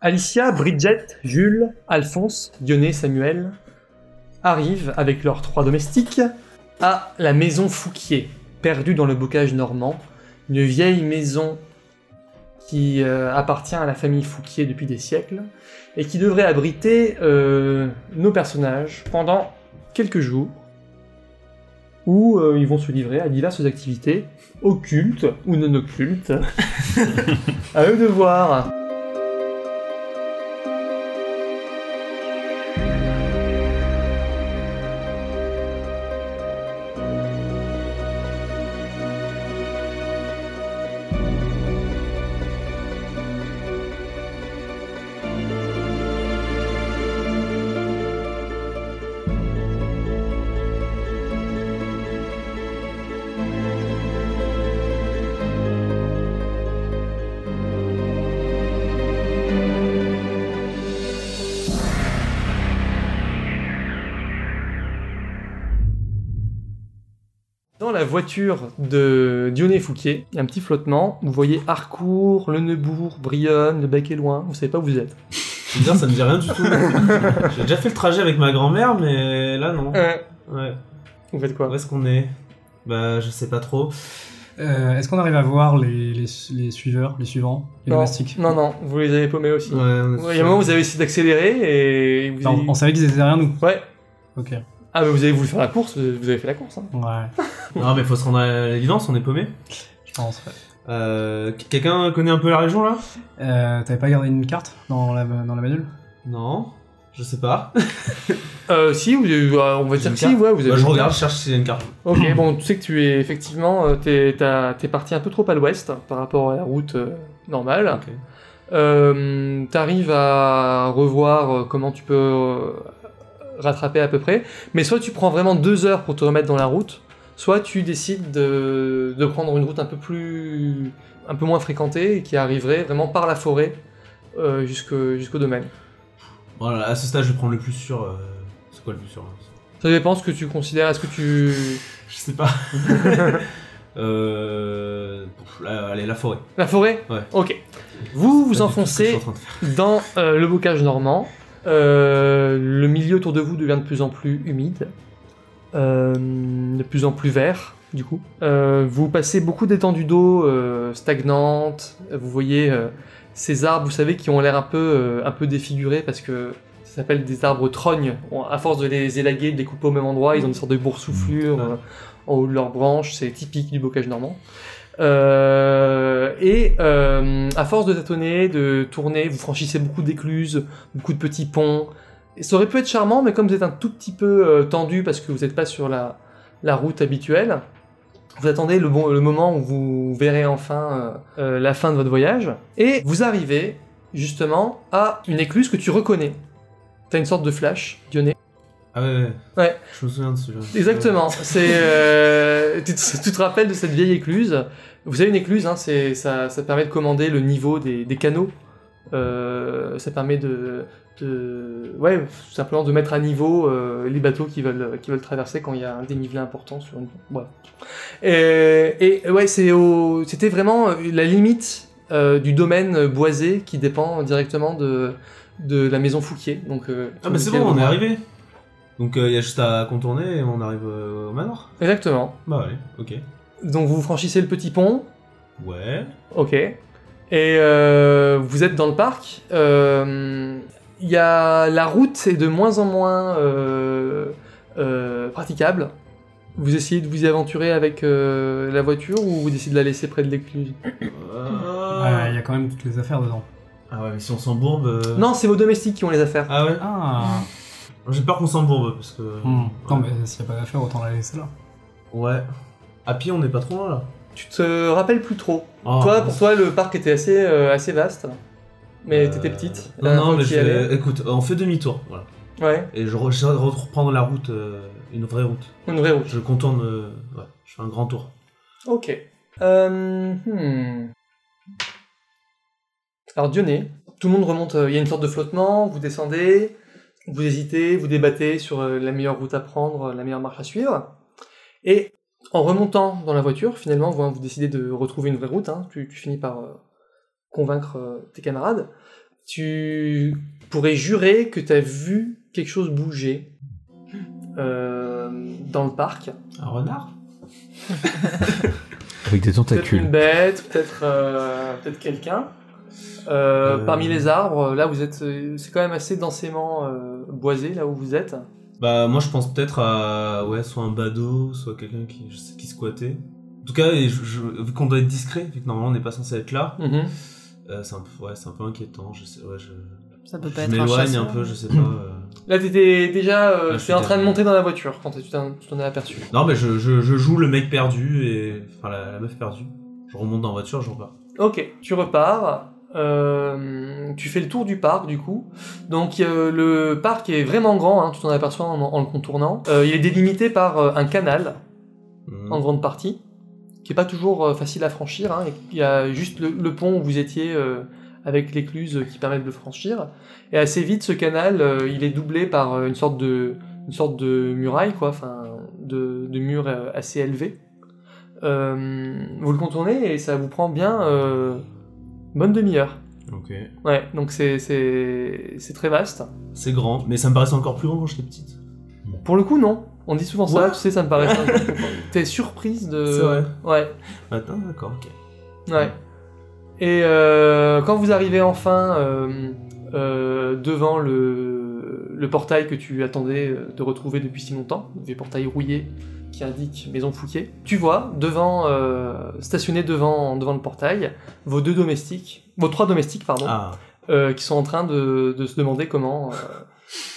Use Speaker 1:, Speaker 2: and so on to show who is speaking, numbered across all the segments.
Speaker 1: Alicia, Bridget, Jules, Alphonse, Dionée, Samuel arrivent avec leurs trois domestiques à la maison Fouquier, perdue dans le bocage normand, une vieille maison qui euh, appartient à la famille Fouquier depuis des siècles et qui devrait abriter euh, nos personnages pendant quelques jours où euh, ils vont se livrer à diverses activités occultes ou non occultes. à eux de voir. Dans la voiture de Dionée Fouquier, il y a un petit flottement. Vous voyez Harcourt, Le Neubourg, Brionne, Le Bec et Loin. Vous savez pas où vous êtes.
Speaker 2: C'est bizarre, ça me dit rien du tout. J'ai déjà fait le trajet avec ma grand-mère, mais là non. Ouais.
Speaker 1: vous faites quoi
Speaker 2: Où est-ce qu'on est Bah, je sais pas trop.
Speaker 3: Euh, Est-ce qu'on arrive à voir les, les, les suiveurs, les suivants, les
Speaker 1: non,
Speaker 3: domestiques
Speaker 1: non, non, vous les avez paumés aussi.
Speaker 2: Ouais, on
Speaker 1: Ouais, Il y a un moment où vous avez essayé d'accélérer et vous
Speaker 3: Enfin,
Speaker 1: avez...
Speaker 3: on, on savait qu'ils étaient derrière nous.
Speaker 1: Ouais.
Speaker 3: Ok.
Speaker 1: Ah, mais vous avez voulu faire la course, vous avez fait la course. hein.
Speaker 3: Ouais,
Speaker 2: Non, mais faut se rendre à l'évidence, on est paumé.
Speaker 3: je pense. ouais.
Speaker 2: Euh, Quelqu'un connaît un peu la région là
Speaker 3: Euh, T'avais pas gardé une carte dans la, dans la manule
Speaker 2: Non. Je sais pas.
Speaker 1: Euh, si, vous avez- euh, on va
Speaker 2: J'ai
Speaker 1: dire
Speaker 2: une
Speaker 1: si,
Speaker 2: carte.
Speaker 1: ouais, vous avez.
Speaker 2: Bah, je regarde, je cherche s'il y a une carte.
Speaker 1: Ok, bon, tu sais que tu es effectivement, euh, t'es t'as- t'es parti un peu trop à l'ouest par rapport à la route euh, normale.
Speaker 2: Ok.
Speaker 1: Euh, t'arrives à revoir euh, comment tu peux euh, rattraper à peu près, mais soit tu prends vraiment deux heures pour te remettre dans la route, soit tu décides de, de prendre une route un peu plus, un peu moins fréquentée et qui arriverait vraiment par la forêt euh, jusque- jusqu'au domaine.
Speaker 2: Voilà, à ce stade, je vais prendre le plus sûr. euh, C'est quoi le plus sûr là
Speaker 1: Ça dépend ce que tu considères. Est-ce que tu,
Speaker 2: Je sais pas. euh... pff, là, allez, la forêt.
Speaker 1: la forêt
Speaker 2: Ouais.
Speaker 1: Ok. Vous vous
Speaker 2: Pas du tout ce que je suis
Speaker 1: enfoncez
Speaker 2: en train de faire.
Speaker 1: dans euh, le bocage normand. Euh, le milieu autour de vous devient de plus en plus humide, euh, de plus en plus vert, du coup. Euh, vous passez beaucoup d'étendues d'eau euh, stagnantes. Vous voyez euh, ces arbres, vous savez, qui ont l'air un peu, euh, un peu défigurés parce que ça s'appelle des arbres trognes. On- à force de les élaguer, de les couper au même endroit, ils ont des sortes de boursouflures
Speaker 2: Ouais.
Speaker 1: euh, en haut de leurs branches. C'est typique du bocage normand. Euh, et euh, à force de tâtonner, de tourner, vous franchissez beaucoup d'écluses, beaucoup de petits ponts. Et ça aurait pu être charmant, mais comme vous êtes un tout petit peu euh, tendu parce que vous n'êtes pas sur la, la route habituelle, vous attendez le, bon, le moment où vous verrez enfin euh, euh, la fin de votre voyage. Et vous arrivez justement à une écluse que tu reconnais. T'as une sorte de flash, Dionée.
Speaker 2: Ah ouais, ouais.
Speaker 1: Ouais.
Speaker 2: Je me souviens de ce jeu.
Speaker 1: Exactement. C'est euh, tu, te, tu te rappelles de cette vieille écluse. Vous savez une écluse, hein, c'est ça, ça permet de commander le niveau des, des canaux. Euh, ça permet de, de ouais tout simplement de mettre à niveau euh, les bateaux qui veulent qui veulent traverser quand il y a un dénivelé important sur une ouais. Et, et ouais c'est au- c'était vraiment euh, la limite euh, du domaine boisé qui dépend directement de de la maison Fouquier. Donc euh,
Speaker 2: Ah, mais c'est bon, on est arrivé. Donc, il y a juste à contourner et on arrive euh, au manoir.
Speaker 1: Exactement.
Speaker 2: Bah, ouais, ok.
Speaker 1: Donc vous franchissez le petit pont,
Speaker 2: Ouais.
Speaker 1: ok, et euh, vous êtes dans le parc. Euh, Il y a la route est de moins en moins euh, euh, praticable. Vous essayez de vous y aventurer avec euh, la voiture ou vous décidez de la laisser près de l'écluse
Speaker 3: Ouais, Ah, Il y a quand même toutes les affaires dedans.
Speaker 2: Euh, Ah, ouais, mais si on s'embourbe. euh,
Speaker 1: Non, c'est vos domestiques qui ont les affaires.
Speaker 2: Ah, ouais.
Speaker 3: Ah
Speaker 2: J'ai peur qu'on s'embourbe parce que.
Speaker 3: Hmm. Non,
Speaker 2: Ouais.
Speaker 3: mais s'il n'y a pas d'affaires, autant la laisser là.
Speaker 2: Ouais. À pied, on n'est pas trop loin là.
Speaker 1: Tu te rappelles plus trop.
Speaker 2: Oh,
Speaker 1: toi, pour toi, le parc était assez, euh, assez vaste, mais
Speaker 2: euh,
Speaker 1: t'étais petite.
Speaker 2: Non,
Speaker 1: La
Speaker 2: non,
Speaker 1: fois
Speaker 2: mais
Speaker 1: que
Speaker 2: je
Speaker 1: t'y allais.
Speaker 2: vais- écoute, on fait demi-tour. Voilà.
Speaker 1: Ouais,
Speaker 2: Et je, re- je reprends la route, euh, une vraie route.
Speaker 1: une vraie route.
Speaker 2: Je contourne. euh, ouais, je fais un grand tour.
Speaker 1: Ok. Euh, hmm. Alors Dionée, tout le monde remonte, euh, il y a une sorte de flottement, vous descendez, vous hésitez, vous débattez sur euh, la meilleure route à prendre, euh, la meilleure marche à suivre. Et en remontant dans la voiture, finalement, vous, hein, vous décidez de retrouver une vraie route, hein, tu, tu finis par euh, convaincre euh, tes camarades. Tu pourrais jurer que tu as vu quelque chose bouger euh, dans le parc.
Speaker 2: Un renard
Speaker 4: Avec
Speaker 1: Peut-être une
Speaker 4: des tentacules.
Speaker 1: bête, peut-être euh, peut-être quelqu'un. Euh,
Speaker 2: Euh.
Speaker 1: Parmi les arbres, là vous êtes, euh, c'est quand même assez densément euh, boisé là où vous êtes.
Speaker 2: Bah moi je pense peut-être à ouais soit un badaud, soit quelqu'un qui je sais qui squattait. En tout cas, et je- je- vu qu'on doit être discret, vu que normalement on n'est pas censé être là,
Speaker 1: Mhm.
Speaker 2: euh, c'est un peu ouais, c'est un peu inquiétant. Je sais, ouais, je,
Speaker 5: Ça peut
Speaker 2: je
Speaker 5: pas être un
Speaker 2: m'éloigne un,
Speaker 5: chasseur.
Speaker 1: hein.
Speaker 2: peu, je sais pas. euh.
Speaker 1: Là t'étais déjà, euh,
Speaker 2: Là, je
Speaker 1: t'es
Speaker 2: suis
Speaker 1: en train de
Speaker 2: derrière.
Speaker 1: monter dans la voiture quand tu t'en tu t'en es aperçu.
Speaker 2: Non mais je, je, je joue le mec perdu et enfin la, la meuf perdue. Je remonte dans la voiture, je repars.
Speaker 1: Ok, tu repars. euh, tu fais le tour du parc du coup. Donc euh, le parc est vraiment grand, hein, tu t'en aperçois en, en le contournant. Euh, il est délimité par euh, un canal
Speaker 2: Mhm.
Speaker 1: en grande partie, qui est pas toujours euh, facile à franchir. hein, et Il y a juste le, le pont où vous étiez euh, avec l'écluse euh, qui permet de le franchir. Et assez vite ce canal, euh, il est doublé par euh, une sorte de une sorte de muraille quoi, enfin de, de mur euh, assez élevé. Euh, vous le contournez et ça vous prend bien euh, bonne demi-heure.
Speaker 2: Ok.
Speaker 1: Ouais, donc c'est c'est c'est très vaste.
Speaker 2: C'est grand, mais ça me paraissait encore plus grand quand j'étais petite.
Speaker 1: Pour le coup non, on dit souvent ça,
Speaker 2: Ouais.
Speaker 1: tu sais ça me paraît. ça. T'es surprise de.
Speaker 2: C'est vrai.
Speaker 1: Ouais.
Speaker 2: Attends, d'accord, ok.
Speaker 1: Ouais. Et euh, quand vous arrivez enfin euh, euh, devant le, le portail que tu attendais euh, de retrouver depuis si longtemps, le vieux portail rouillé qui indique Maison Fouquet, tu vois devant, euh, stationné devant, devant le portail, vos deux domestiques, vos trois domestiques pardon,
Speaker 2: Ah
Speaker 1: euh, qui sont en train de, de se demander comment euh,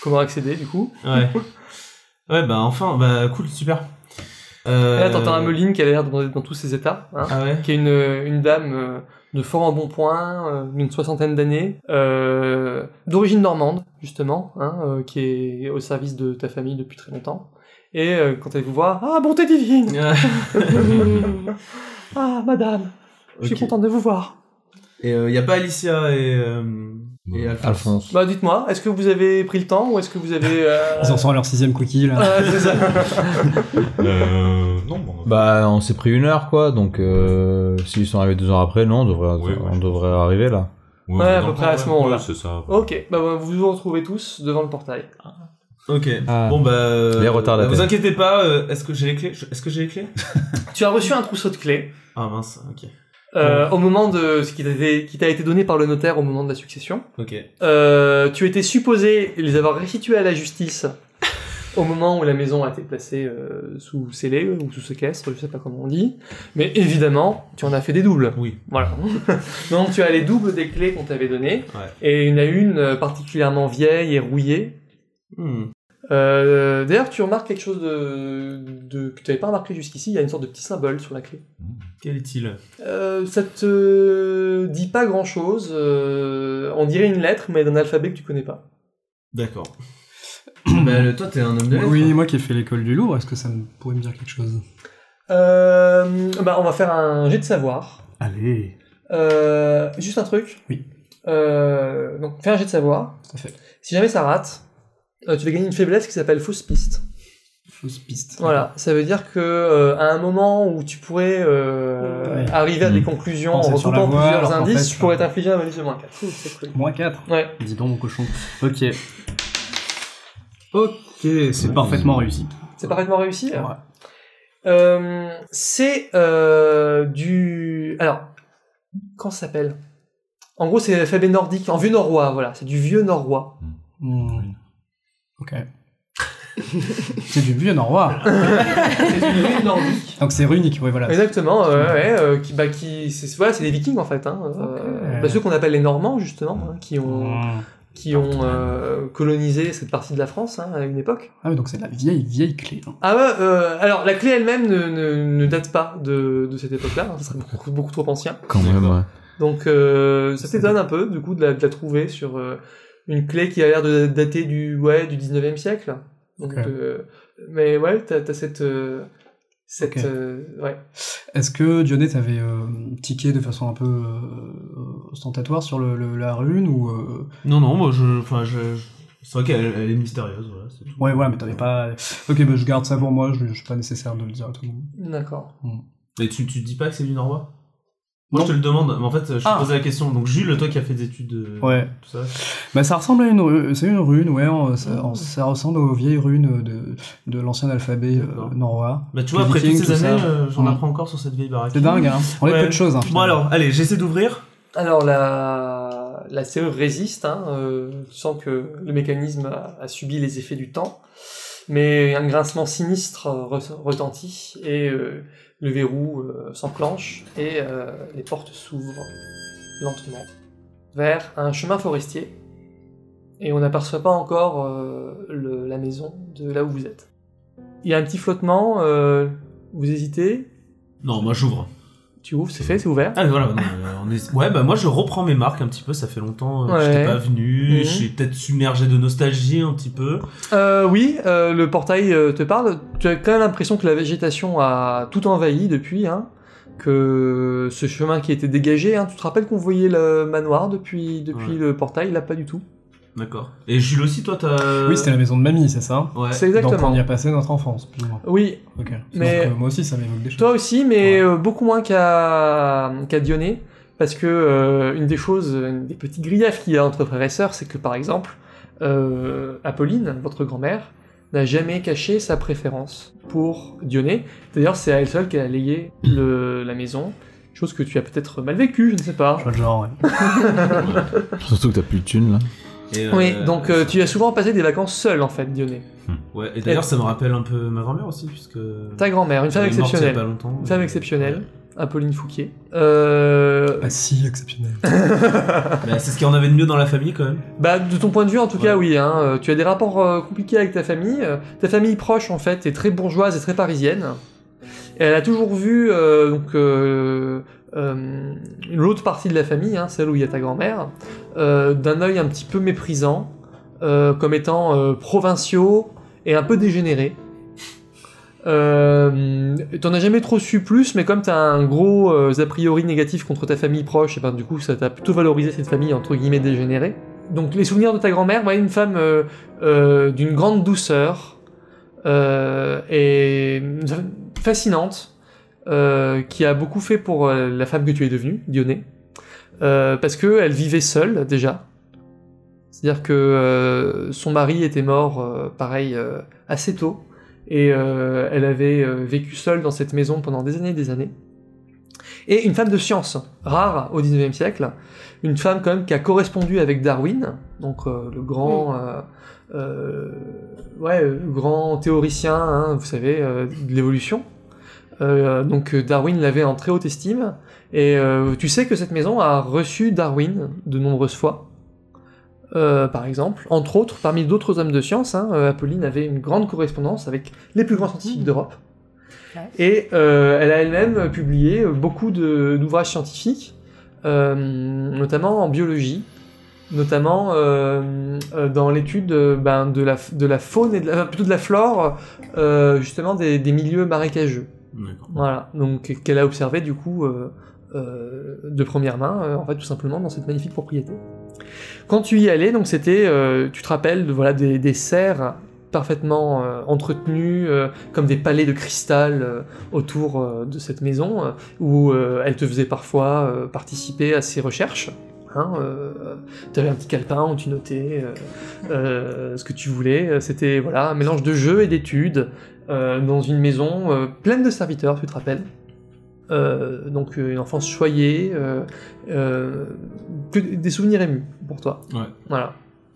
Speaker 1: comment accéder du coup.
Speaker 2: ouais. ouais bah enfin bah cool super. Euh...
Speaker 1: Et là Eh, t'entends Ameline qui a l'air dans, dans tous ses états. Hein.
Speaker 2: Ah ouais.
Speaker 1: qui est une, une dame euh, de fort en bon point, euh, d'une soixantaine d'années, euh, d'origine normande, justement, hein, euh, qui est au service de ta famille depuis très longtemps. Et euh, quand elle vous voit, ah, bonté divine
Speaker 2: Ah,
Speaker 1: Ah, madame, je suis
Speaker 2: ok.
Speaker 1: contente de vous voir.
Speaker 2: Et il n'y a pas Alicia et, euh, et Alphonse.
Speaker 4: Alphonse.
Speaker 1: Bah, dites-moi, est-ce que vous avez pris le temps ou est-ce que vous avez. euh,
Speaker 3: Ils en sont à leur sixième cookie là.
Speaker 1: Ah, c'est ça.
Speaker 6: Euh, non, bon, on a-
Speaker 4: Bah, on s'est pris une heure, quoi. Donc, euh, s'ils sont arrivés deux heures après, non, on devrait,
Speaker 6: Oui, oui,
Speaker 4: on
Speaker 6: je
Speaker 4: devrait arriver là.
Speaker 6: on
Speaker 1: ouais,
Speaker 6: est
Speaker 1: à
Speaker 6: dans
Speaker 1: peu
Speaker 6: le
Speaker 1: près à
Speaker 6: coin,
Speaker 1: ce
Speaker 6: ouais.
Speaker 1: moment-là.
Speaker 6: Ouais, c'est ça.
Speaker 1: Ok, bah, bah, vous vous retrouvez tous devant le portail.
Speaker 2: Ok.
Speaker 4: Ah.
Speaker 2: Bon bah. euh,
Speaker 4: Les retardataires.
Speaker 2: Vous inquiétez pas. euh, Est-ce que j'ai les clés Je- Est-ce que j'ai les clés
Speaker 1: Tu as reçu un trousseau de clés
Speaker 2: Ah mince. Ok.
Speaker 1: euh, au moment de ce qui t'avait- qui t'a été donné par le notaire au moment de la succession.
Speaker 2: Ok.
Speaker 1: Euh, tu étais supposé les avoir restitués à la justice au moment où la maison a été placée euh, sous scellé ou sous séquestre, je sais pas comment on dit. Mais évidemment, tu en as fait des doubles.
Speaker 2: Oui.
Speaker 1: Voilà. Donc tu as les doubles des clés qu'on t'avait données.
Speaker 2: Ouais.
Speaker 1: Et il y en a une euh, particulièrement vieille et rouillée.
Speaker 2: Hmm.
Speaker 1: Euh, D'ailleurs, tu remarques quelque chose de, de- que tu n'avais pas remarqué jusqu'ici. Il y a une sorte de petit symbole sur la clé.
Speaker 2: Quel est-il
Speaker 1: Euh, ça te dit pas grand chose. on dirait une lettre, mais d'un alphabet que tu connais pas.
Speaker 2: D'accord. bah le- toi t'es un homme de lettres. hein.
Speaker 3: Oui, moi qui ai fait l'école du Louvre, est-ce que ça me- pourrait me dire quelque chose
Speaker 1: Euh, bah, on va faire un jet de savoir.
Speaker 3: Allez.
Speaker 1: Euh, juste un truc.
Speaker 3: Oui.
Speaker 1: Euh, donc, fais un jet de savoir.
Speaker 3: Tout à fait.
Speaker 1: Si jamais ça rate, euh, tu vas gagner une faiblesse qui s'appelle fausse piste.
Speaker 3: Fausse piste.
Speaker 1: Voilà. Ça veut dire que euh, à un moment où tu pourrais euh,
Speaker 3: Ouais.
Speaker 1: arriver à des
Speaker 4: Mmh.
Speaker 1: conclusions en
Speaker 3: Penser sur la
Speaker 1: recoupant
Speaker 3: voie,
Speaker 1: plusieurs
Speaker 3: alors qu'en
Speaker 1: indices,
Speaker 3: fait,
Speaker 1: je pourrais
Speaker 3: ça-
Speaker 1: t'infliger un malus de moins 4. c'est cool.
Speaker 3: Moins 4.
Speaker 1: Ouais.
Speaker 3: Dis donc, mon cochon. Ok. Ok, c'est parfaitement réussi.
Speaker 1: C'est parfaitement réussi. hein.
Speaker 3: Ouais.
Speaker 1: Euh, c'est euh, du. Alors, comment ça s'appelle En gros, c'est l'alphabet nordique, en vieux norrois, voilà. C'est du vieux norrois.
Speaker 3: Hmm. Ok. c'est du vieux norrois.
Speaker 1: c'est du vieux nordique.
Speaker 3: Donc c'est runique, oui, voilà.
Speaker 1: Ah, Exactement, ouais, ouais, euh, qui, bah, qui, c'est, voilà, c'est des Vikings en fait, hein, euh, bah, ceux qu'on appelle les Normands justement, hein, qui ont,
Speaker 3: Hmm.
Speaker 1: qui ont euh, colonisé cette partie de la France hein, à une époque.
Speaker 3: Ah oui, donc c'est de la vieille, vieille clé. hein.
Speaker 1: Ah ouais, euh, alors la clé elle-même ne, ne, ne date pas de, de cette époque-là, hein, ça serait beaucoup, beaucoup trop ancien.
Speaker 4: Quand même, ouais.
Speaker 1: Donc euh, ça t'étonne un peu du coup de la, de la trouver sur euh, une clé qui a l'air de dater du ouais du 19e siècle. Donc,
Speaker 3: Ok.
Speaker 1: euh, mais ouais, t'as, t'as cette euh, cette
Speaker 3: Ok.
Speaker 1: euh, ouais.
Speaker 3: Est-ce que Dionnet t'avait euh, tiqué de façon un peu euh, ostentatoire sur le, le- la rune ou euh,
Speaker 2: Non non moi je enfin je. je- C'est vrai qu'elle elle est mystérieuse voilà. c'est tout.
Speaker 3: ouais voilà mais t'avais pas ok bah, je garde ça pour moi je, je suis pas nécessaire de le dire à tout le monde
Speaker 1: D'accord.
Speaker 2: Et tu tu dis pas que c'est du Norrois Moi,
Speaker 3: Non.
Speaker 2: je te le demande, mais en fait, je te
Speaker 3: Ah.
Speaker 2: posais la question. Donc, Jules, toi qui as fait des études de
Speaker 3: Ouais.
Speaker 2: tout ça.
Speaker 3: Bah, ça ressemble à une, ru- c'est une rune, ouais, en- ça, en- ça ressemble aux vieilles runes de, de l'ancien alphabet euh,
Speaker 2: D'accord.
Speaker 3: norrois.
Speaker 2: Bah, tu vois,
Speaker 3: Les
Speaker 2: après toutes
Speaker 3: Vikings,
Speaker 2: ces
Speaker 3: tout
Speaker 2: années,
Speaker 3: ça.
Speaker 2: euh, j'en
Speaker 3: Mm.
Speaker 2: apprends encore sur cette vieille baraque.
Speaker 3: C'est dingue, hein. On est
Speaker 2: Ouais.
Speaker 3: peu de choses. Hein,
Speaker 2: Bon,
Speaker 3: finalement.
Speaker 2: alors, allez, j'essaie d'ouvrir.
Speaker 1: Alors la, la serrure résiste, hein, euh, tu sens que le mécanisme a, a subi les effets du temps, mais un grincement sinistre euh, re- retentit et euh, le verrou euh, s'enclenche et euh, les portes s'ouvrent lentement vers un chemin forestier et on n'aperçoit pas encore euh, le- la maison de là où vous êtes. Il y a un petit flottement, euh, vous hésitez,
Speaker 2: Non, moi, j'ouvre.
Speaker 1: tu ouvres, c'est fait, c'est ouvert.
Speaker 2: Ah, mais voilà, non, euh, on est- ouais, bah moi je reprends mes marques un petit peu, ça fait longtemps euh, que
Speaker 1: Ouais.
Speaker 2: j'étais pas venu,
Speaker 1: Mhm.
Speaker 2: je suis peut-être submergé de nostalgie un petit peu.
Speaker 1: Euh, oui, euh, le portail euh, te parle. Tu as quand même l'impression que la végétation a tout envahi depuis, hein, que ce chemin qui était dégagé, hein, tu te rappelles qu'on voyait le manoir depuis, depuis
Speaker 2: Ouais.
Speaker 1: le portail, là pas du tout.
Speaker 2: D'accord. Et Jules aussi, toi t'as.
Speaker 3: Oui, c'était la maison de mamie, c'est ça
Speaker 2: Ouais.
Speaker 1: C'est
Speaker 3: Donc on
Speaker 1: exactement.
Speaker 3: y a passé notre enfance, plus ou moins.
Speaker 1: Oui,
Speaker 3: Ok.
Speaker 1: Mais-
Speaker 3: Donc, euh, moi aussi, ça m'évoque des choses.
Speaker 1: toi aussi, mais euh, beaucoup moins qu'à qu'à Dionée, parce que euh, une des choses, une des petites griefs qu'il y a entre frères et sœurs, c'est que par exemple, euh, Apolline, votre grand-mère, n'a jamais caché sa préférence pour Dionée. D'ailleurs, c'est à elle seule qu'elle a layé le- la maison, chose que tu as peut-être mal vécue, je ne sais pas.
Speaker 3: Je vois le genre, ouais.
Speaker 4: Surtout que t'as plus de thunes là.
Speaker 2: Et, euh,
Speaker 1: Oui, donc euh, tu as souvent passé des vacances seule en fait, Dionée.
Speaker 2: Ouais, et d'ailleurs ça me rappelle un peu ma grand-mère aussi, puisque.
Speaker 1: Ta grand-mère, une femme
Speaker 2: elle est morte il y a
Speaker 1: exceptionnelle.
Speaker 2: pas longtemps.
Speaker 1: Une femme exceptionnelle, Apolline Fouquier. Euh,
Speaker 3: Pas Ah, si exceptionnel.
Speaker 2: Bah, c'est ce qu'il y en avait de mieux dans la famille quand même.
Speaker 1: Bah, de ton point de vue, en tout
Speaker 2: Ouais.
Speaker 1: cas, oui. Hein. Euh, Tu as des rapports euh, compliqués avec ta famille. Euh, ta famille proche, en fait, est très bourgeoise et très parisienne. Et elle a toujours vu euh, donc euh, euh, l'autre partie de la famille, hein, celle où il y a ta grand-mère, euh, d'un œil un petit peu méprisant, euh, comme étant euh, provinciaux et un peu dégénérés. Euh, T'en as jamais trop su plus, mais comme t'as un gros euh, a priori négatif contre ta famille proche, et ben du coup ça t'a plutôt valorisé cette famille entre guillemets dégénérée. Donc les souvenirs de ta grand-mère, ouais, une femme euh, euh, d'une grande douceur euh, et fascinante, euh, qui a beaucoup fait pour euh, la femme que tu es devenue, Dionée, euh, parce que elle vivait seule déjà. C'est-à-dire que euh, son mari était mort, euh, pareil, euh, assez tôt, et euh, elle avait euh, vécu seule dans cette maison pendant des années et des années. Et une femme de science, rare au 19e siècle, une femme quand même qui a correspondu avec Darwin, donc euh, le grand, euh, euh, ouais, euh, le grand théoricien, hein, vous savez, euh, de l'évolution. Euh, donc euh, Darwin l'avait en très haute estime, et euh, tu sais que cette maison a reçu Darwin de nombreuses fois, Euh, par exemple, entre autres, parmi d'autres hommes de science, hein, euh, Apolline avait une grande correspondance avec les plus grands scientifiques d'Europe. Et euh, elle a elle-même publié beaucoup de- d'ouvrages scientifiques, euh, notamment en biologie, notamment euh, euh, dans l'étude euh, ben, de, la, de la faune et de la, plutôt de la flore, euh, justement des, des milieux marécageux.
Speaker 2: D'accord.
Speaker 1: Voilà, donc qu'elle a observé du coup euh, euh, de première main, euh, en fait tout simplement dans cette magnifique propriété. Quand tu y allais, donc c'était, euh, tu te rappelles, voilà des, des serres parfaitement euh, entretenues, euh, comme des palais de cristal euh, autour euh, de cette maison, euh, où euh, elle te faisait parfois euh, participer à ses recherches. Hein, tu avais un petit calepin où tu notais euh, euh, ce que tu voulais. C'était voilà un mélange de jeu et d'études euh, dans une maison euh, pleine de serviteurs, tu te rappelles. Euh, donc euh, une enfance choyée, euh, euh, que des souvenirs émus pour toi.
Speaker 2: Ouais.
Speaker 1: Voilà.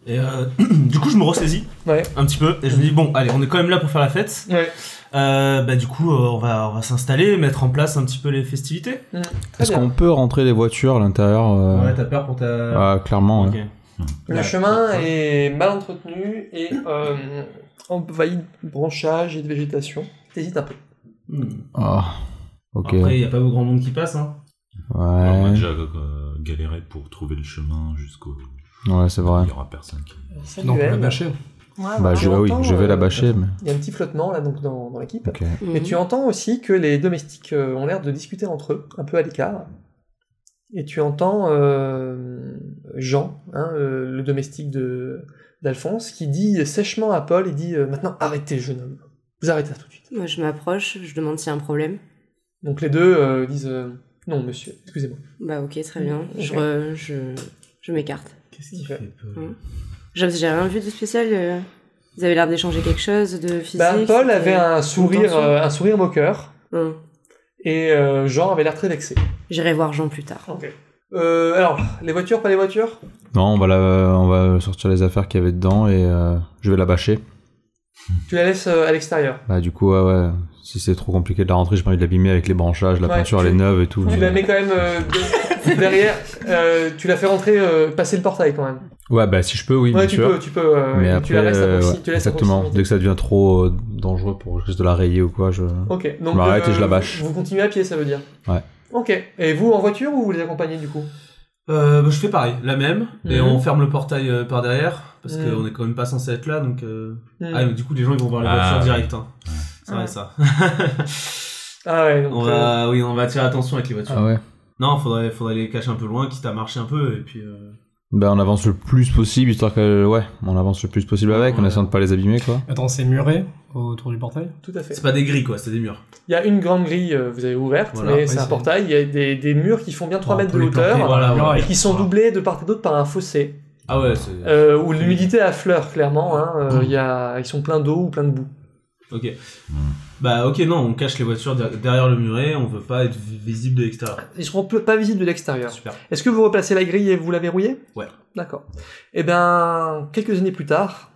Speaker 2: Et euh, du coup, je me ressaisis
Speaker 1: Ouais.
Speaker 2: un petit peu et je me dis bon, allez, on est quand même là pour faire la fête.
Speaker 1: Ouais.
Speaker 2: Euh, bah du coup, euh, on va on va s'installer, mettre en place un petit peu les festivités.
Speaker 1: Mm. Très
Speaker 4: Est-ce
Speaker 1: bien.
Speaker 4: qu'on peut rentrer les voitures à l'intérieur euh,
Speaker 2: t'as peur pour ta.
Speaker 4: Ah, clairement. ouais.
Speaker 2: Ok.
Speaker 1: Le
Speaker 2: Ouais.
Speaker 1: chemin est mal entretenu et euh, envahi de branchages et de végétation. T'hésites un peu.
Speaker 2: Hmm.
Speaker 4: Ah, ok.
Speaker 2: Après, il a pas grand monde qui passe. Hein.
Speaker 6: Ouais, on a
Speaker 4: Ouais,
Speaker 6: déjà euh, galéré pour trouver le chemin jusqu'au.
Speaker 4: ouais c'est vrai.
Speaker 6: Il y aura personne qui.
Speaker 1: Salut,
Speaker 3: Donc, on l'a
Speaker 1: Anne.
Speaker 3: bâché.
Speaker 1: Ouais,
Speaker 4: Bah,
Speaker 1: ouais,
Speaker 4: je,
Speaker 1: on
Speaker 4: oui,
Speaker 1: entend,
Speaker 4: je vais
Speaker 1: euh,
Speaker 4: la bâcher, mais.
Speaker 1: Il y a un petit flottement là donc dans, dans l'équipe.
Speaker 4: Ok.
Speaker 1: Et
Speaker 5: Mhm.
Speaker 1: tu entends aussi que les domestiques euh, ont l'air de discuter entre eux, un peu à l'écart. Et tu entends euh, Jean, hein, euh, le domestique de d'Alphonse, qui dit sèchement à Paul, il dit euh, maintenant arrêtez jeune homme, vous arrêtez ça tout de suite.
Speaker 5: Moi, je m'approche, je demande s'il y a un problème.
Speaker 1: Donc les deux euh, disent euh, Non, monsieur, excusez-moi.
Speaker 5: Bah ok, très bien. Je,
Speaker 1: Ok.
Speaker 5: re- je, je m'écarte.
Speaker 2: Qu'est-ce qui fait peur
Speaker 5: Hein J'ai j'ai rien vu de spécial. euh, Vous avez l'air d'échanger quelque chose de physique.
Speaker 1: Bah, Paul
Speaker 5: c'était-
Speaker 1: avait un sourire,
Speaker 5: tension.
Speaker 1: euh, un sourire moqueur
Speaker 5: Hein.
Speaker 1: et euh, Jean avait l'air très vexé.
Speaker 5: J'irai voir Jean plus tard.
Speaker 1: Euh, alors, les voitures, pas les voitures
Speaker 4: Non, on va, la- on va sortir les affaires qu'il y avait dedans et euh, je vais la bâcher.
Speaker 1: Tu la laisses euh, à l'extérieur.
Speaker 4: Bah, du coup, ouais, ouais. Si c'est trop compliqué de la rentrer, j'ai pas envie de l'abîmer avec les branchages, la
Speaker 1: Ouais,
Speaker 4: peinture,
Speaker 1: tu-
Speaker 4: elle est neuve et tout.
Speaker 1: Tu la mets quand même euh, de- derrière. euh, tu la fais rentrer, euh, passer le portail quand même.
Speaker 4: Ouais, bah, si je peux, oui,
Speaker 1: ouais,
Speaker 4: bien
Speaker 1: tu
Speaker 4: sûr.
Speaker 1: peux, tu peux. euh,
Speaker 4: Mais
Speaker 1: tu
Speaker 4: après,
Speaker 1: la restes à
Speaker 4: euh,
Speaker 1: proxi-
Speaker 4: ouais,
Speaker 1: tu la laisses à
Speaker 4: exactement.
Speaker 1: proximité.
Speaker 4: Dès que ça devient trop euh, dangereux pour juste de la rayer ou quoi, je.
Speaker 1: Ok, donc.
Speaker 4: Je m'arrête et je la
Speaker 1: euh,
Speaker 4: bâche.
Speaker 1: Vous continuez à pied, ça veut dire
Speaker 4: Ouais.
Speaker 1: Ok. Et vous en voiture ou vous les accompagnez du coup
Speaker 2: Euh, bah, je fais pareil, la même, et
Speaker 1: Mhm.
Speaker 2: on ferme le portail euh, par derrière, parce
Speaker 1: Mhm.
Speaker 2: qu'on est quand même pas censé être là, donc... euh,
Speaker 1: Hmm.
Speaker 2: Ah, mais du coup, les gens, ils vont voir les
Speaker 6: Ah,
Speaker 2: voitures
Speaker 6: ouais.
Speaker 2: direct, hein.
Speaker 6: Ouais.
Speaker 2: C'est vrai, ça.
Speaker 1: Ah ouais, donc.
Speaker 2: on va... Oui, on va attirer attention avec les voitures.
Speaker 4: Ah ouais.
Speaker 2: Non, faudrait, faudrait les cacher un peu loin, quitte à marcher un peu, et puis... euh,
Speaker 4: Bah, on avance le plus possible, histoire que. Ouais, on avance le plus possible avec, en
Speaker 2: Ouais.
Speaker 4: essayant de pas les abîmer, quoi.
Speaker 3: Attends, c'est muré autour du portail
Speaker 1: euh, tout à fait.
Speaker 2: C'est pas des grilles, quoi, c'est des murs.
Speaker 1: Il y a une grande grille, euh, vous avez ouverte,
Speaker 2: Voilà, Ah,
Speaker 1: mais
Speaker 3: oui,
Speaker 1: c'est un
Speaker 3: c'est-
Speaker 1: portail. Il y a des, des murs qui font bien 3
Speaker 3: On
Speaker 1: mètres de
Speaker 3: peut les planter,
Speaker 1: hauteur.
Speaker 2: voilà,
Speaker 1: Et qui sont
Speaker 2: Voilà.
Speaker 1: doublés de part et d'autre par un fossé,
Speaker 2: Ah ouais, c'est...
Speaker 1: euh, où l'humidité affleure clairement. hein,
Speaker 2: Hmm.
Speaker 1: euh, il y a, ils sont pleins d'eau ou pleins de boue.
Speaker 2: Ok.
Speaker 4: Hmm.
Speaker 2: Bah ok, non, on cache les voitures der- derrière le muret, on veut pas être vi- visible de l'extérieur.
Speaker 1: Ils seront peu- pas visibles de l'extérieur.
Speaker 2: Super.
Speaker 1: Est-ce que vous replacez la grille et vous la verrouillez
Speaker 2: Ouais.
Speaker 1: D'accord. Eh bien, quelques années plus tard,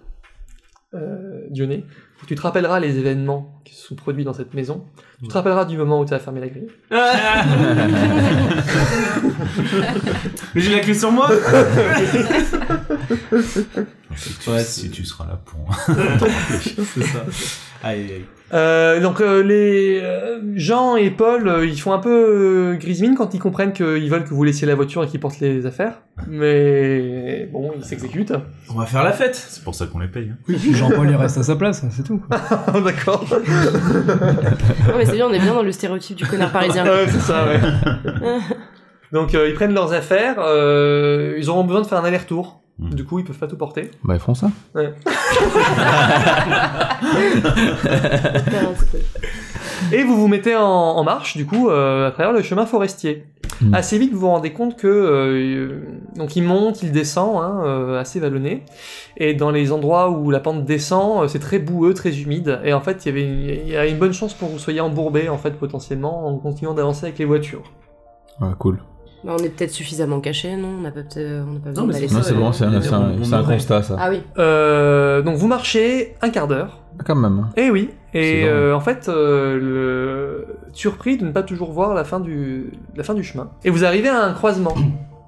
Speaker 1: euh, Dionée, tu te rappelleras les événements qui se sont produits dans cette maison. Tu te
Speaker 2: Ouais.
Speaker 1: rappelleras du moment où tu as fermé la grille.
Speaker 2: Mais j'ai la clé sur moi
Speaker 6: Si tu,
Speaker 2: Ouais, c'est-
Speaker 6: si tu seras là pour.
Speaker 2: C'est ça. Aïe, aïe.
Speaker 1: Euh, donc euh, les euh, Jean et Paul, euh, ils font un peu euh, grise mine quand ils comprennent qu'ils veulent que vous laissiez la voiture et qu'ils portent les affaires.
Speaker 2: Ah.
Speaker 1: Mais bon, ils s'exécutent.
Speaker 2: On va faire la fête
Speaker 6: C'est pour ça qu'on les paye. hein.
Speaker 3: Oui, puis Jean-Paul il reste à sa place, c'est tout. quoi.
Speaker 1: D'accord.
Speaker 5: Non mais c'est bien, on est bien dans le stéréotype du connard parisien.
Speaker 1: Ouais, c'est ça, ouais. Donc euh, ils prennent leurs affaires, euh, ils auront besoin de faire un aller-retour.
Speaker 6: Mm.
Speaker 1: Du coup, ils peuvent pas tout porter.
Speaker 4: Bah, ils font ça.
Speaker 1: Et vous vous mettez en, en marche, du coup, euh, à travers le chemin forestier.
Speaker 4: Mm.
Speaker 1: Assez vite, vous vous rendez compte que euh, donc il monte, il descend, hein, euh, assez vallonné. Et dans les endroits où la pente descend, euh, c'est très boueux, très humide. Et en fait, il y avait une, il y a une bonne chance pour que vous soyez embourbé, en fait, potentiellement, en continuant d'avancer avec les voitures.
Speaker 4: Ouais, cool.
Speaker 5: Bah, on est peut-être suffisamment cachés, non On n'a pas, peut-être- on n'a pas besoin
Speaker 2: mais
Speaker 5: d'aller
Speaker 2: c'est
Speaker 4: Non,
Speaker 2: ça,
Speaker 4: c'est bon, c'est
Speaker 2: on-
Speaker 4: un, c'est un-
Speaker 2: on
Speaker 4: c'est un
Speaker 2: devrait.
Speaker 4: constat, ça.
Speaker 5: Ah oui.
Speaker 1: Euh, donc vous marchez un quart d'heure.
Speaker 4: Quand même. hein.
Speaker 1: Eh oui,
Speaker 4: C'est
Speaker 1: et
Speaker 4: drôle.
Speaker 1: euh, en fait, euh, le... surpris de ne pas toujours voir la fin, du... la fin du chemin. Et vous arrivez à un croisement.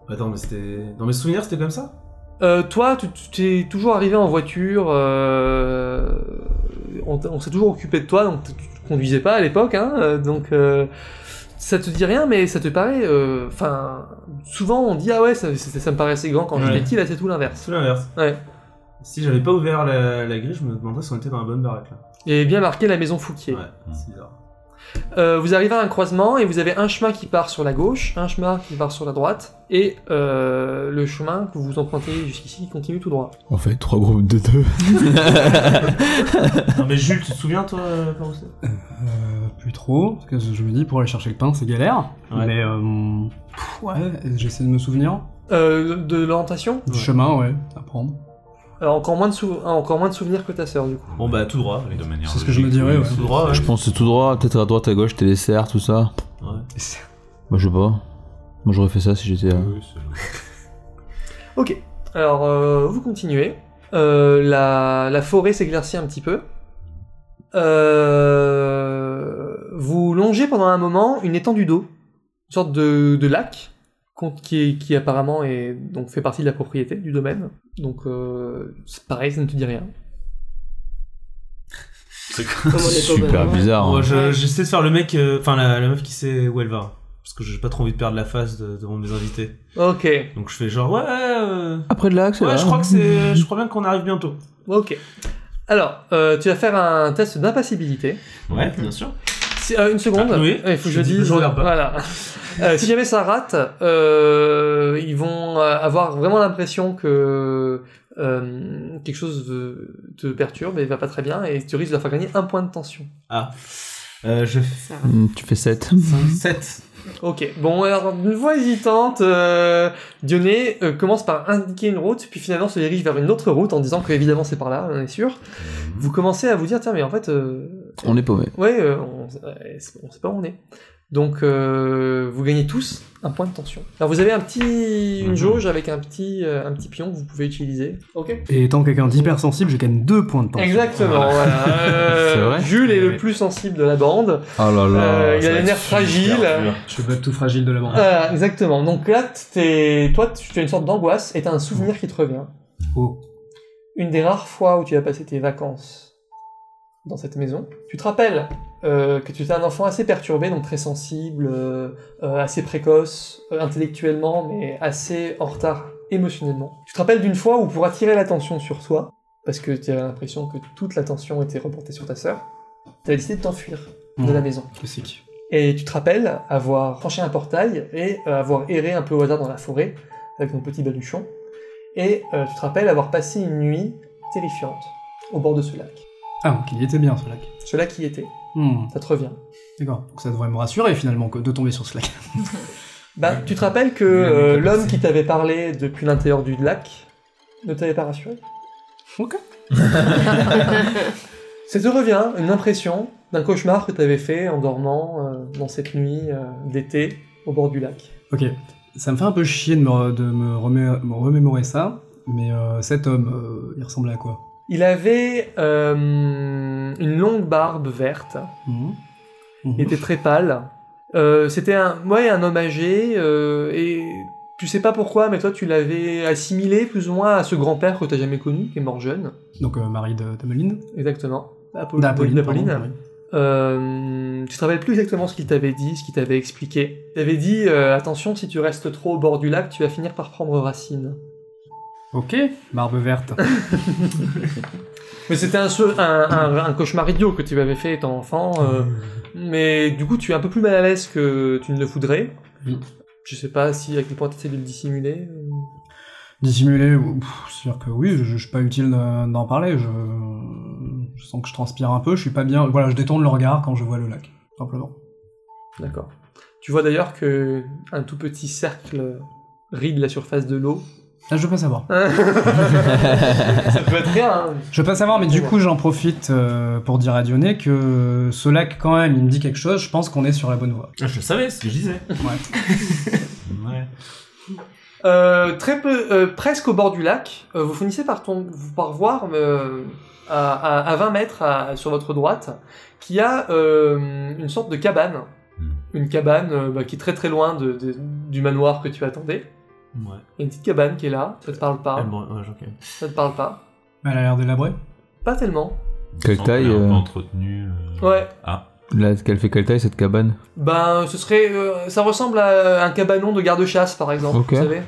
Speaker 2: Attends, mais c'était... Dans mes souvenirs, c'était comme ça
Speaker 1: Euh, toi, tu tu t'es toujours arrivé en voiture, euh, on, t- on s'est toujours occupé de toi, donc tu tu conduisais pas à l'époque, hein, euh, donc euh, ça te dit rien, mais ça te paraît... euh, Enfin, souvent on dit, ah ouais, ça, c'était- ça me paraissait grand quand j'étais
Speaker 2: Ouais.
Speaker 1: petit, là c'est tout l'inverse.
Speaker 2: C'est l'inverse.
Speaker 1: Ouais.
Speaker 2: Si j'avais pas ouvert la, la grille, je me demanderais si on était dans la bonne baraque, là.
Speaker 1: Il y avait bien marqué la maison Fouquier.
Speaker 2: Ouais, c'est bizarre.
Speaker 1: Euh, vous arrivez à un croisement et vous avez un chemin qui part sur la gauche, un chemin qui part sur la droite, et euh, le chemin que vous empruntez jusqu'ici qui continue tout droit.
Speaker 4: On fait trois groupes de deux.
Speaker 2: Non mais Jules, tu te souviens, toi, euh, par où c'est
Speaker 3: Euh, plus trop, parce que je me dis pour aller chercher le pain c'est galère.
Speaker 2: Ouais.
Speaker 3: Mais euh, pff, ouais, j'essaie de me souvenir
Speaker 1: Euh, de l'orientation
Speaker 3: du
Speaker 2: Ouais.
Speaker 3: chemin, ouais, à prendre.
Speaker 1: Alors, encore, moins de sou- ah, encore moins de souvenirs que ta sœur, du coup.
Speaker 2: Bon, bah, tout droit.
Speaker 6: Et de manière
Speaker 3: C'est ce que je me
Speaker 6: logique,
Speaker 3: dirais,
Speaker 6: oui,
Speaker 3: ouais.
Speaker 6: c'est-
Speaker 2: Tout droit, ouais.
Speaker 4: Je pense que c'est tout droit, peut-être à droite, à gauche, t'es les serres, tout ça.
Speaker 2: Ouais.
Speaker 4: Bah, je sais pas. Moi, j'aurais fait ça si j'étais. euh,
Speaker 6: Oui, c'est logique.
Speaker 1: Ok, alors euh, vous continuez. Euh, la, la forêt s'éclaircit un petit peu. Euh, vous longez pendant un moment une étendue d'eau, une sorte de, de lac qu'on- qui, qui apparemment est, donc fait partie de la propriété du domaine. Donc euh, c'est pareil, ça ne te dit rien.
Speaker 6: C'est
Speaker 5: Comme on est pas au bon
Speaker 4: Super
Speaker 5: endroit.
Speaker 4: bizarre.
Speaker 2: Moi,
Speaker 4: hein.
Speaker 2: je-
Speaker 5: Ouais.
Speaker 2: j'essaie de faire le mec, euh, enfin la, la meuf qui sait où elle va. Parce que j'ai pas trop envie de perdre la face de- devant mes invités.
Speaker 1: Ok,
Speaker 2: Donc je fais genre, ouais, euh,
Speaker 4: Après de l'axe,
Speaker 2: ouais, je crois que c'est, euh, je crois bien qu'on arrive bientôt.
Speaker 1: ok. Alors, euh, tu vas faire un test d'impassibilité.
Speaker 2: Ouais, bien sûr.
Speaker 1: Si- euh, une seconde,
Speaker 2: Ah, oui.
Speaker 1: il faut que je,
Speaker 2: Je dis-
Speaker 1: dise.
Speaker 2: je regarde pas.
Speaker 1: Voilà. Euh, si jamais ça rate, euh, ils vont euh, avoir vraiment l'impression que euh, quelque chose euh, te perturbe et va pas très bien et tu risques de leur faire gagner un point de tension.
Speaker 2: Ah. Euh, je fais
Speaker 5: Ça.
Speaker 4: Hmm, Tu fais 7.
Speaker 2: 7.
Speaker 1: Ok, bon, alors, d'une voix hésitante, euh, Dionée euh, commence par indiquer une route, puis finalement se dirige vers une autre route en disant que, évidemment, c'est par là, on est sûr. Vous commencez à vous dire, tiens, mais en fait, euh,
Speaker 4: On est paumé.
Speaker 1: ouais, euh, on, euh, on sait pas où on est. Donc, euh, vous gagnez tous un point de tension. Alors, vous avez un petit, une
Speaker 6: Mhm.
Speaker 1: jauge avec un petit, euh, un petit pion que vous pouvez utiliser. Ok.
Speaker 3: Et étant quelqu'un d'hypersensible, j'ai quand même deux points de tension.
Speaker 1: Exactement, voilà. Euh,
Speaker 4: C'est vrai
Speaker 1: Jules est le
Speaker 6: Oui.
Speaker 1: plus sensible de la bande.
Speaker 4: Oh là
Speaker 1: Euh,
Speaker 4: là.
Speaker 1: il a les nerfs fragiles.
Speaker 3: Je suis pas tout fragile de la mort.
Speaker 1: Euh, exactement. Donc là, t'es- toi, tu as une sorte d'angoisse et t'as un souvenir qui te revient.
Speaker 3: Oh.
Speaker 1: Une des rares fois où tu as passé tes vacances dans cette maison. Tu te rappelles euh, que tu étais un enfant assez perturbé, donc très sensible, euh, euh, assez précoce euh, intellectuellement, mais assez en retard émotionnellement. Tu te rappelles d'une fois où pour attirer l'attention sur toi, parce que tu avais l'impression que toute l'attention était reportée sur ta sœur, tu as décidé de t'enfuir Ah, de la
Speaker 3: Mmh.
Speaker 1: maison.
Speaker 3: Classique.
Speaker 1: Et tu te rappelles avoir franchi un portail et euh, avoir erré un peu au hasard dans la forêt avec ton petit baluchon. Et euh, tu te rappelles avoir passé une nuit terrifiante au bord de ce lac.
Speaker 3: Ah, donc il y était bien ce lac.
Speaker 1: Ce lac y était,
Speaker 3: Hmm,
Speaker 1: ça te revient.
Speaker 3: D'accord. Donc ça devrait me rassurer finalement que de tomber sur ce lac.
Speaker 1: Bah, tu te rappelles que
Speaker 6: La nuit
Speaker 1: euh,
Speaker 6: t'a
Speaker 1: l'homme
Speaker 6: passé.
Speaker 1: qui t'avait parlé depuis l'intérieur du lac ne t'avait pas rassuré
Speaker 3: Ok.
Speaker 1: Ça te revient, une impression d'un cauchemar que t'avais fait en dormant euh, dans cette nuit euh, d'été au bord du lac.
Speaker 3: Ok. Ça me fait un peu chier de me, de me remé- me remémorer ça, mais euh, cet homme, euh, il ressemblait à quoi
Speaker 1: Il avait euh, une longue barbe verte,
Speaker 3: Hmm. Mhm.
Speaker 1: Il était très pâle. Euh, c'était un, ouais, un homme âgé, euh, et tu sais pas pourquoi, mais toi tu l'avais assimilé plus ou moins à ce grand-père que t'as jamais connu, qui est mort jeune.
Speaker 3: Donc euh, Marie de- d'Ameline
Speaker 1: Exactement. Apollo-
Speaker 3: D'Apolline,
Speaker 1: d'Apolline.
Speaker 3: pardon, oui.
Speaker 1: Euh, tu te rappelles plus exactement ce qu'il t'avait dit, ce qu'il t'avait expliqué. Il t'avait dit euh, attention, si tu restes trop au bord du lac, tu vas finir par prendre racine.
Speaker 3: Ok. Barbe verte.
Speaker 1: Mais c'était un, se- un, un- un cauchemar idiot que tu avais fait étant enfant. euh, Mais du coup, tu es un peu plus mal à l'aise que tu ne le voudrais.
Speaker 3: Oui.
Speaker 1: Je sais pas si avec le point, tu de le dissimuler. euh.
Speaker 3: Dissimulé, pff, c'est sûr que oui, je je suis pas utile de- d'en parler. Je, je sens que je transpire un peu, je suis pas bien. Voilà, je détourne le regard quand je vois le lac, simplement.
Speaker 1: D'accord. Tu vois d'ailleurs que un tout petit cercle ride la surface de l'eau.
Speaker 3: Là, je veux pas savoir.
Speaker 1: Ça peut être rien. hein.
Speaker 3: Je veux pas savoir, mais du coup, j'en profite euh, pour dire à Dionée que ce lac, quand même, il me dit quelque chose. Je pense qu'on est sur la bonne voie.
Speaker 2: Ah, Je le savais, c'est ce que je disais.
Speaker 6: Ouais.
Speaker 1: Euh, très peu, euh, presque au bord du lac, euh, vous finissez par, ton, par voir euh, à, à- à 20 mètres à- sur votre droite qu'il y a euh, une sorte de cabane. Une cabane euh, bah, qui est très très loin de- de- du manoir que tu attendais.
Speaker 2: Ouais.
Speaker 1: Il y a une petite cabane qui est là, ça te parle pas.
Speaker 2: Ah, bon, ouais, ok.
Speaker 1: Ça te parle pas.
Speaker 3: Elle a l'air délabrée.
Speaker 1: Pas tellement.
Speaker 4: Quelle taille,
Speaker 6: Un peu
Speaker 4: euh,
Speaker 6: entretenu. euh,
Speaker 1: Ouais.
Speaker 6: Ah,
Speaker 4: Là, qu'elle fait quelle taille cette cabane
Speaker 1: Ben, ce serait. euh, ça ressemble à un cabanon de garde-chasse, par exemple.
Speaker 4: Ok.
Speaker 1: Vous savez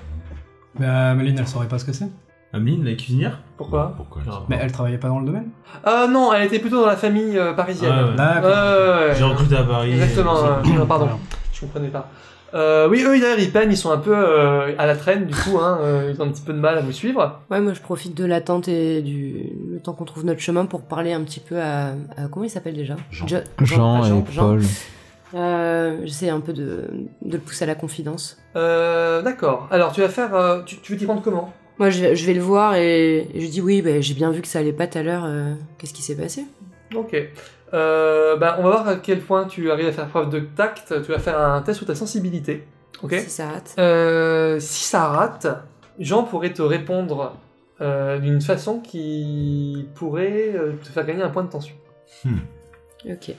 Speaker 3: Mais Ameline, Bah, elle saurait pas ce que c'est.
Speaker 2: Ameline, la cuisinière
Speaker 1: Pourquoi
Speaker 6: pourquoi
Speaker 2: Grave.
Speaker 3: Mais elle travaillait pas dans le domaine.
Speaker 1: Ah non, elle était plutôt dans la famille euh, parisienne.
Speaker 2: Ouais, Ah,
Speaker 3: D'accord.
Speaker 1: Ouais, ouais, ouais.
Speaker 2: J'ai recruté à Paris.
Speaker 1: Exactement.
Speaker 2: euh,
Speaker 1: ouais. Ah, pardon, je comprenais pas. Euh, oui, eux, d'ailleurs, ils peinent, ils sont un peu euh, à la traîne, du coup, hein, euh, ils ont un petit peu de mal à vous suivre.
Speaker 5: Ouais, moi je profite de l'attente et du le temps qu'on trouve notre chemin pour parler un petit peu à, à- comment il s'appelle déjà
Speaker 6: Jean.
Speaker 5: Jo-
Speaker 4: Jean,
Speaker 5: ah,
Speaker 4: et Paul.
Speaker 5: Euh, J'essaie un peu de, de le pousser à la confidence.
Speaker 1: Euh, D'accord. Alors, tu vas faire. euh, tu, tu veux t'y prendre comment
Speaker 5: Moi je, vais- je vais le voir et, et je dis oui, bah, j'ai bien vu que ça allait pas tout à l'heure. euh, Qu'est-ce qui s'est passé
Speaker 1: Ok. Euh, bah, on va voir à quel point tu arrives à faire preuve de tact. Tu vas faire un test sur ta sensibilité. Ok
Speaker 5: Si ça rate.
Speaker 1: Euh, si ça rate, Jean pourrait te répondre euh, d'une façon qui pourrait euh, te faire gagner un point de tension.
Speaker 5: Ok.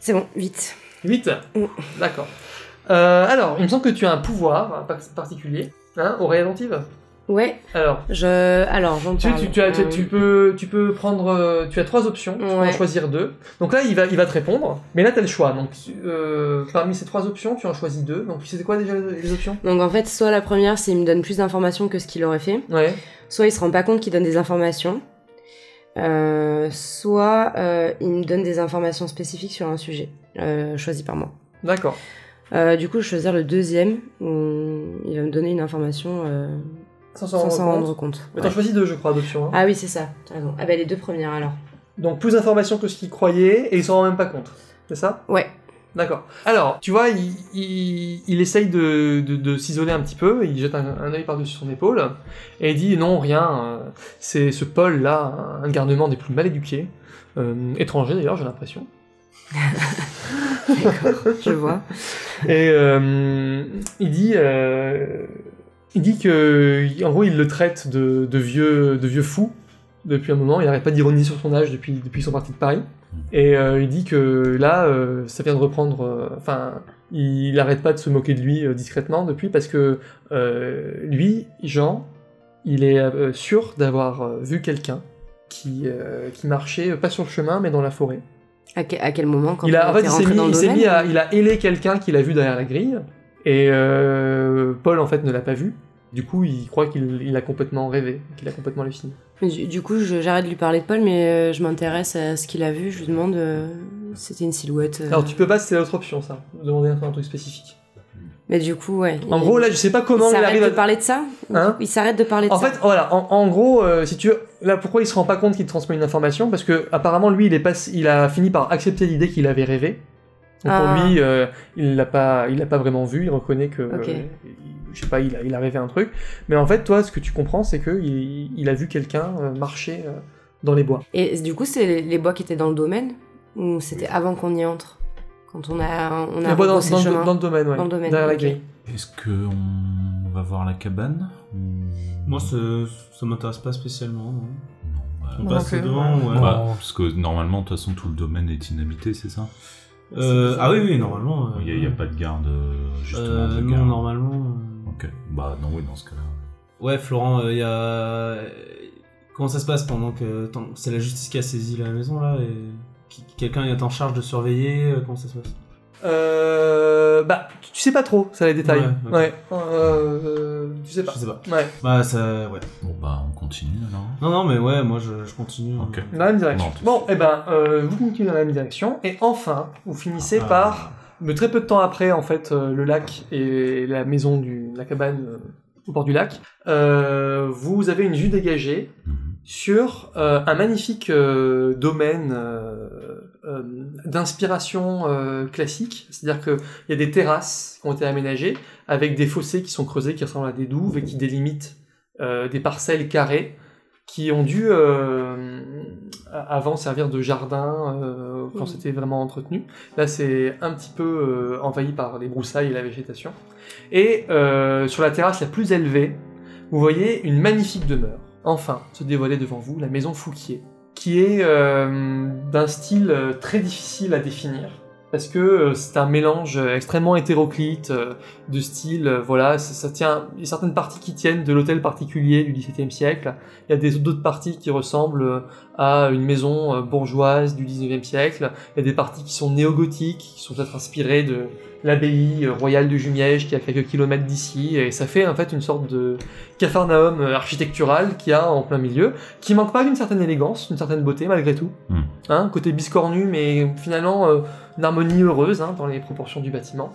Speaker 5: C'est bon, vite.
Speaker 1: 8
Speaker 5: Oh.
Speaker 1: D'accord. Euh, alors, il me semble que tu as un pouvoir hein, par- particulier, hein, oreille attentive.
Speaker 5: Ouais,
Speaker 1: Alors,
Speaker 5: je. Alors j'en
Speaker 1: tu,
Speaker 5: parle.
Speaker 1: tu- tu as- tu-
Speaker 5: Euh,
Speaker 1: tu peux, tu peux prendre. euh, Tu as trois options, tu peux en
Speaker 5: Ouais.
Speaker 1: choisir deux. Donc là, il va, il va te répondre, mais là, tu as le choix. Donc, euh, parmi ces trois options, tu en choisis deux. Donc, c'était quoi déjà les, les options
Speaker 5: Donc en fait, soit la première, c'est il me donne plus d'informations que ce qu'il aurait fait.
Speaker 1: Ouais.
Speaker 5: Soit il se rend pas compte qu'il donne des informations, euh, soit euh, il me donne des informations spécifiques sur un sujet euh, choisi par moi.
Speaker 1: D'accord.
Speaker 5: Euh, du coup, je choisir le deuxième où il va me donner une information euh,
Speaker 1: Sans s'en
Speaker 5: sans
Speaker 1: rendre
Speaker 5: s'en
Speaker 1: compte.
Speaker 5: rendre compte.
Speaker 1: Mais t'en
Speaker 5: Ouais.
Speaker 1: choisis deux, je crois, d'options. hein.
Speaker 5: Ah oui, c'est ça. T'as raison. Ah bah les deux premières alors.
Speaker 1: Donc plus d'informations que ce qu'ils croyaient, et ils s'en rendent même pas compte. C'est ça
Speaker 5: Ouais.
Speaker 1: D'accord. Alors, tu vois, il, il- il essaye de, de- de s'isoler un petit peu, il jette un, un œil par-dessus son épaule, et il dit non, rien, euh, c'est ce Paul-là, un garnement des plus mal éduqués, euh, étranger d'ailleurs, j'ai l'impression.
Speaker 5: Je vois.
Speaker 1: Et euh, il dit, euh, il dit que, en gros, il le traite de, de vieux, de vieux fou depuis un moment. Il n'arrête pas d'ironiser sur son âge depuis, depuis qu'ils sont partis de Paris. Et euh, il dit que là, euh, ça vient de reprendre. euh, Enfin, il n'arrête pas de se moquer de lui euh, discrètement depuis parce que euh, lui, Jean, il est euh, sûr d'avoir euh, vu quelqu'un qui, euh, qui marchait euh, pas sur le chemin mais dans la forêt.
Speaker 5: À, que- à quel moment quand
Speaker 1: Il a,
Speaker 5: on
Speaker 1: en fait,
Speaker 5: était
Speaker 1: il s'est
Speaker 5: rentré
Speaker 1: mis,
Speaker 5: dans le
Speaker 1: il s'est
Speaker 5: domaine
Speaker 1: mis à, il a ailé quelqu'un qu'il a vu derrière la grille, et euh, Paul en fait ne l'a pas vu. Du coup, il croit qu'il il a complètement rêvé, qu'il a complètement halluciné.
Speaker 5: Mais Du, du coup, je- j'arrête de lui parler de Paul, mais euh, je m'intéresse à ce qu'il a vu. Je lui demande. euh, C'était une silhouette. euh.
Speaker 1: Alors, tu peux pas, c'est l'autre option, ça. Demander un truc spécifique.
Speaker 5: Mais du coup, ouais.
Speaker 1: En
Speaker 5: il-
Speaker 1: gros, là, je sais pas comment
Speaker 5: il
Speaker 1: il
Speaker 5: s'arrête
Speaker 1: arrive
Speaker 5: de
Speaker 1: à.
Speaker 5: parler de ça
Speaker 1: Hein
Speaker 5: Il s'arrête de parler de
Speaker 1: En
Speaker 5: ça.
Speaker 1: fait, voilà, en, en gros, euh, si tu veux, là, pourquoi il se rend pas compte qu'il transmet une information Parce que, apparemment, lui, il, est passé- il a fini par accepter l'idée qu'il avait rêvé. Donc,
Speaker 5: Ah.
Speaker 1: pour lui, euh, il l'a pas, il l'a pas vraiment vu, il reconnaît que.
Speaker 5: Ok.
Speaker 1: euh, il- je sais pas, il a, il a rêvé un truc. Mais en fait, toi, ce que tu comprends, c'est que il, il a vu quelqu'un euh, marcher euh, dans les bois.
Speaker 5: Et du coup, c'est les- les bois qui étaient dans le domaine Ou c'était avant qu'on y entre Quand on a, on a
Speaker 1: les bois dans,
Speaker 5: rebroussé
Speaker 1: dans le-
Speaker 5: chemin
Speaker 1: dans le domaine, ouais.
Speaker 5: Dans le domaine,
Speaker 1: Derrière
Speaker 5: ok.
Speaker 1: la grille.
Speaker 6: Est-ce qu'on va voir la cabane ou-
Speaker 2: Moi, ça, ça m'intéresse pas spécialement. hein. Non.
Speaker 6: Bah,
Speaker 2: On
Speaker 5: Non
Speaker 2: passe
Speaker 5: plus.
Speaker 2: devant, ouais.
Speaker 6: bah, parce que normalement, de toute façon, tout le domaine est inhabité, c'est ça
Speaker 2: Euh, ah oui, oui, normalement.
Speaker 6: Il n'y a, pas de garde, euh, justement.
Speaker 2: Euh,
Speaker 6: de
Speaker 2: non,
Speaker 6: garde.
Speaker 2: normalement. euh,
Speaker 6: Ok. Bah non, oui, dans ce cas-là.
Speaker 2: Ouais, Florent, euh, il y a. Comment ça se passe pendant que. tant- C'est la justice qui a saisi la maison là et. qui- Quelqu'un est en charge de surveiller euh, Comment ça se passe
Speaker 1: Euh, bah, tu- tu sais pas trop, ça les détails.
Speaker 2: Ouais, ok.
Speaker 1: Ouais. Euh, euh, tu sais pas.
Speaker 2: Je sais pas.
Speaker 1: Ouais.
Speaker 2: Bah, ça. Ouais.
Speaker 6: Bon, bah on continue alors.
Speaker 2: Non, non, mais ouais, moi je, je continue. hein.
Speaker 6: Ok.
Speaker 1: Dans la même direction.
Speaker 6: Non, tout-
Speaker 1: Bon, et ben, euh, vous continuez dans la même direction, et enfin, vous finissez
Speaker 6: Ah,
Speaker 1: par, mais très peu de temps après, en fait, euh, le lac et la maison du, la cabane euh, au bord du lac, euh, vous avez une vue dégagée
Speaker 6: Mhm.
Speaker 1: sur euh, un magnifique euh, domaine euh, euh, d'inspiration euh, classique, c'est-à-dire qu'il y a des terrasses qui ont été aménagées avec des fossés qui sont creusés, qui ressemblent à des douves et qui délimitent euh, des parcelles carrées qui ont dû euh, a- avant servir de jardin euh, quand
Speaker 5: Mhm.
Speaker 1: c'était vraiment entretenu. Là, c'est un petit peu euh, envahi par les broussailles et la végétation. Et euh, sur la terrasse la plus élevée, vous voyez une magnifique demeure, enfin se dévoiler devant vous, la maison Fouquier, qui est euh, d'un style euh, très difficile à définir, parce que euh, c'est un mélange euh, extrêmement hétéroclite euh, de styles, euh, voilà, ça, ça tient, il y a certaines parties qui tiennent de l'hôtel particulier du XVIIe siècle, il y a des d'autres parties qui ressemblent euh, à une maison euh, bourgeoise du XIXe siècle, il y a des parties qui sont néo-gothiques, qui sont peut-être inspirées de l'abbaye euh, royale de Jumièges qui est à quelques kilomètres d'ici, et ça fait en fait une sorte de Capharnaüm euh, architectural qu'il y a en plein milieu, qui manque pas d'une certaine élégance, d'une certaine beauté malgré tout.
Speaker 6: Hmm.
Speaker 1: Hein, côté biscornu, mais finalement euh, une harmonie heureuse hein, dans les proportions du bâtiment.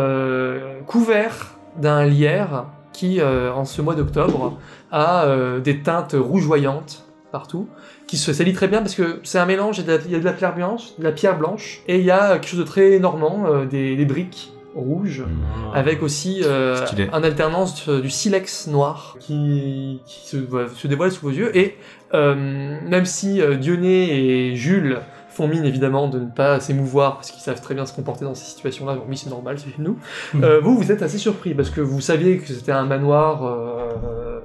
Speaker 1: Euh, couvert d'un lierre qui, euh, en ce mois d'octobre, a euh, des teintes rougeoyantes partout, qui se salit très bien parce que c'est un mélange, il y a de la- il y a de la pierre blanche, de la pierre blanche, et il y a euh, quelque chose de très normand, euh, des, des briques rouges
Speaker 6: Hum,
Speaker 2: Ah.
Speaker 1: avec aussi euh,
Speaker 4: Stylé.
Speaker 1: un alternance de- du silex noir qui, qui se, voilà, se dévoile sous vos yeux. Et euh, même si euh, Dioné et Jules font mine évidemment de ne pas s'émouvoir parce qu'ils savent très bien se comporter dans ces situations-là, donc oui c'est normal, c'est chez nous, euh, vous vous êtes assez surpris parce que vous saviez que c'était un manoir, euh,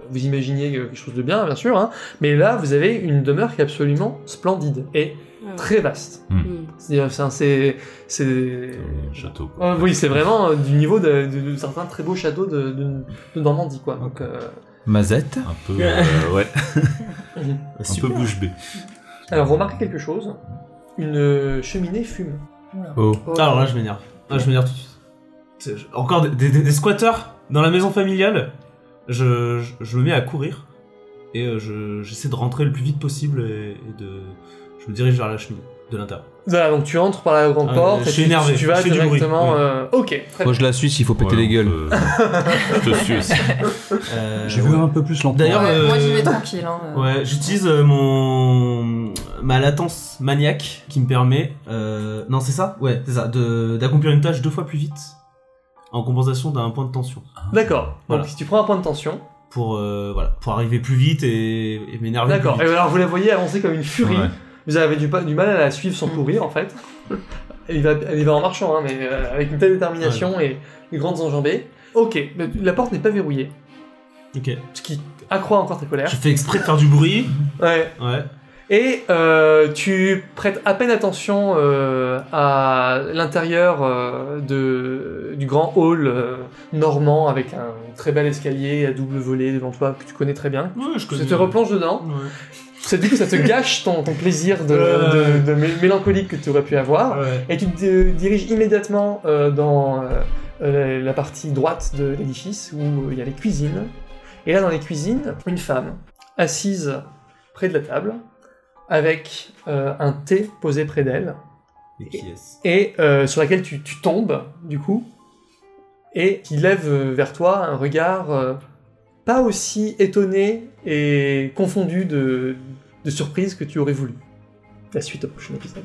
Speaker 1: vous imaginiez quelque chose de bien bien sûr, hein, mais là vous avez une demeure qui est absolument splendide et
Speaker 5: Ah
Speaker 1: très vaste.
Speaker 5: Hmm.
Speaker 1: C'est-à-dire, c'est un- c'est- c'est-
Speaker 6: Euh, Château. quoi.
Speaker 1: euh, oui, c'est vraiment euh, du niveau de, de- de certains très beaux châteaux de, de- de Normandie, quoi. Donc, euh,
Speaker 4: Mazette
Speaker 6: Un peu. euh, ouais. Un peu
Speaker 2: Super.
Speaker 6: bouche bée.
Speaker 1: Alors, vous remarquez quelque chose Une euh, cheminée fume.
Speaker 4: Oh.
Speaker 5: Oh.
Speaker 2: Ah, alors là, je m'énerve. Ah, je m'énerve tout de suite. C'est- je- Encore des, des- des- des squatteurs dans la maison familiale. Je, je- je me mets à courir et euh, je- j'essaie de rentrer le plus vite possible et, et de. Je me dirige vers la cheminée. de l'intérieur.
Speaker 1: Voilà, donc tu entres par la grande
Speaker 2: Ah,
Speaker 1: porte,
Speaker 2: je
Speaker 1: et
Speaker 2: suis
Speaker 1: tu,
Speaker 2: énervé,
Speaker 1: tu vas
Speaker 2: je fais du bruit,
Speaker 1: directement.
Speaker 2: ouais.
Speaker 1: euh, Ok, très bien.
Speaker 4: Moi je la suis s'il faut péter
Speaker 6: Ouais,
Speaker 4: les
Speaker 6: on
Speaker 4: gueules.
Speaker 6: peut- Je te suis aussi.
Speaker 2: Euh,
Speaker 3: J'ai
Speaker 2: ouais.
Speaker 3: vu un peu plus lentement.
Speaker 2: D'ailleurs,
Speaker 7: Ouais,
Speaker 2: euh,
Speaker 7: Moi j'y vais tranquille. Hein.
Speaker 2: Ouais, j'utilise euh, mon ma latence maniaque qui me permet, euh, non c'est ça, ouais c'est ça, de- d'accomplir une tâche deux fois plus vite en compensation d'un point de tension
Speaker 1: D'accord.
Speaker 2: Voilà.
Speaker 1: Donc si tu prends un point de tension,
Speaker 2: pour euh, voilà pour arriver plus vite et, et m'énerver. plus
Speaker 1: D'accord. Et
Speaker 2: vite.
Speaker 1: alors vous la voyez avancer comme une furie.
Speaker 6: Ouais.
Speaker 1: Vous avez du, pa- du mal à la suivre sans
Speaker 5: Mm.
Speaker 1: courir en fait. Elle y va, elle y va en marchant, hein, mais euh, avec une telle détermination et une grande enjambée. Ok, mais la porte n'est pas verrouillée,
Speaker 2: Ok.
Speaker 1: ce qui accroît encore ta colère.
Speaker 2: Je fais exprès de faire du bruit.
Speaker 1: Ouais.
Speaker 2: Ouais.
Speaker 1: Et euh, tu prêtes à peine attention euh, à l'intérieur euh, de- du grand hall euh, normand avec un très bel escalier à double volée devant toi que tu connais très bien.
Speaker 2: Ouais, je
Speaker 1: Tu te replonges dedans.
Speaker 2: Ouais.
Speaker 1: Ça, du coup, ça te gâche ton, ton plaisir de,
Speaker 2: Ouais.
Speaker 1: de- de mé- mélancolique que tu aurais pu avoir.
Speaker 2: Ouais.
Speaker 1: Et tu te euh, diriges immédiatement euh, dans euh, euh, la partie droite de l'édifice où euh, il y a les cuisines. Et là, dans les cuisines, une femme assise près de la table avec euh, un thé posé près d'elle
Speaker 2: Et qui est-ce
Speaker 1: et euh, sur laquelle tu, tu tombes, du coup, et qui lève euh, vers toi un regard euh, pas aussi étonné et confondu de, de surprise que tu aurais voulu. La suite au prochain épisode.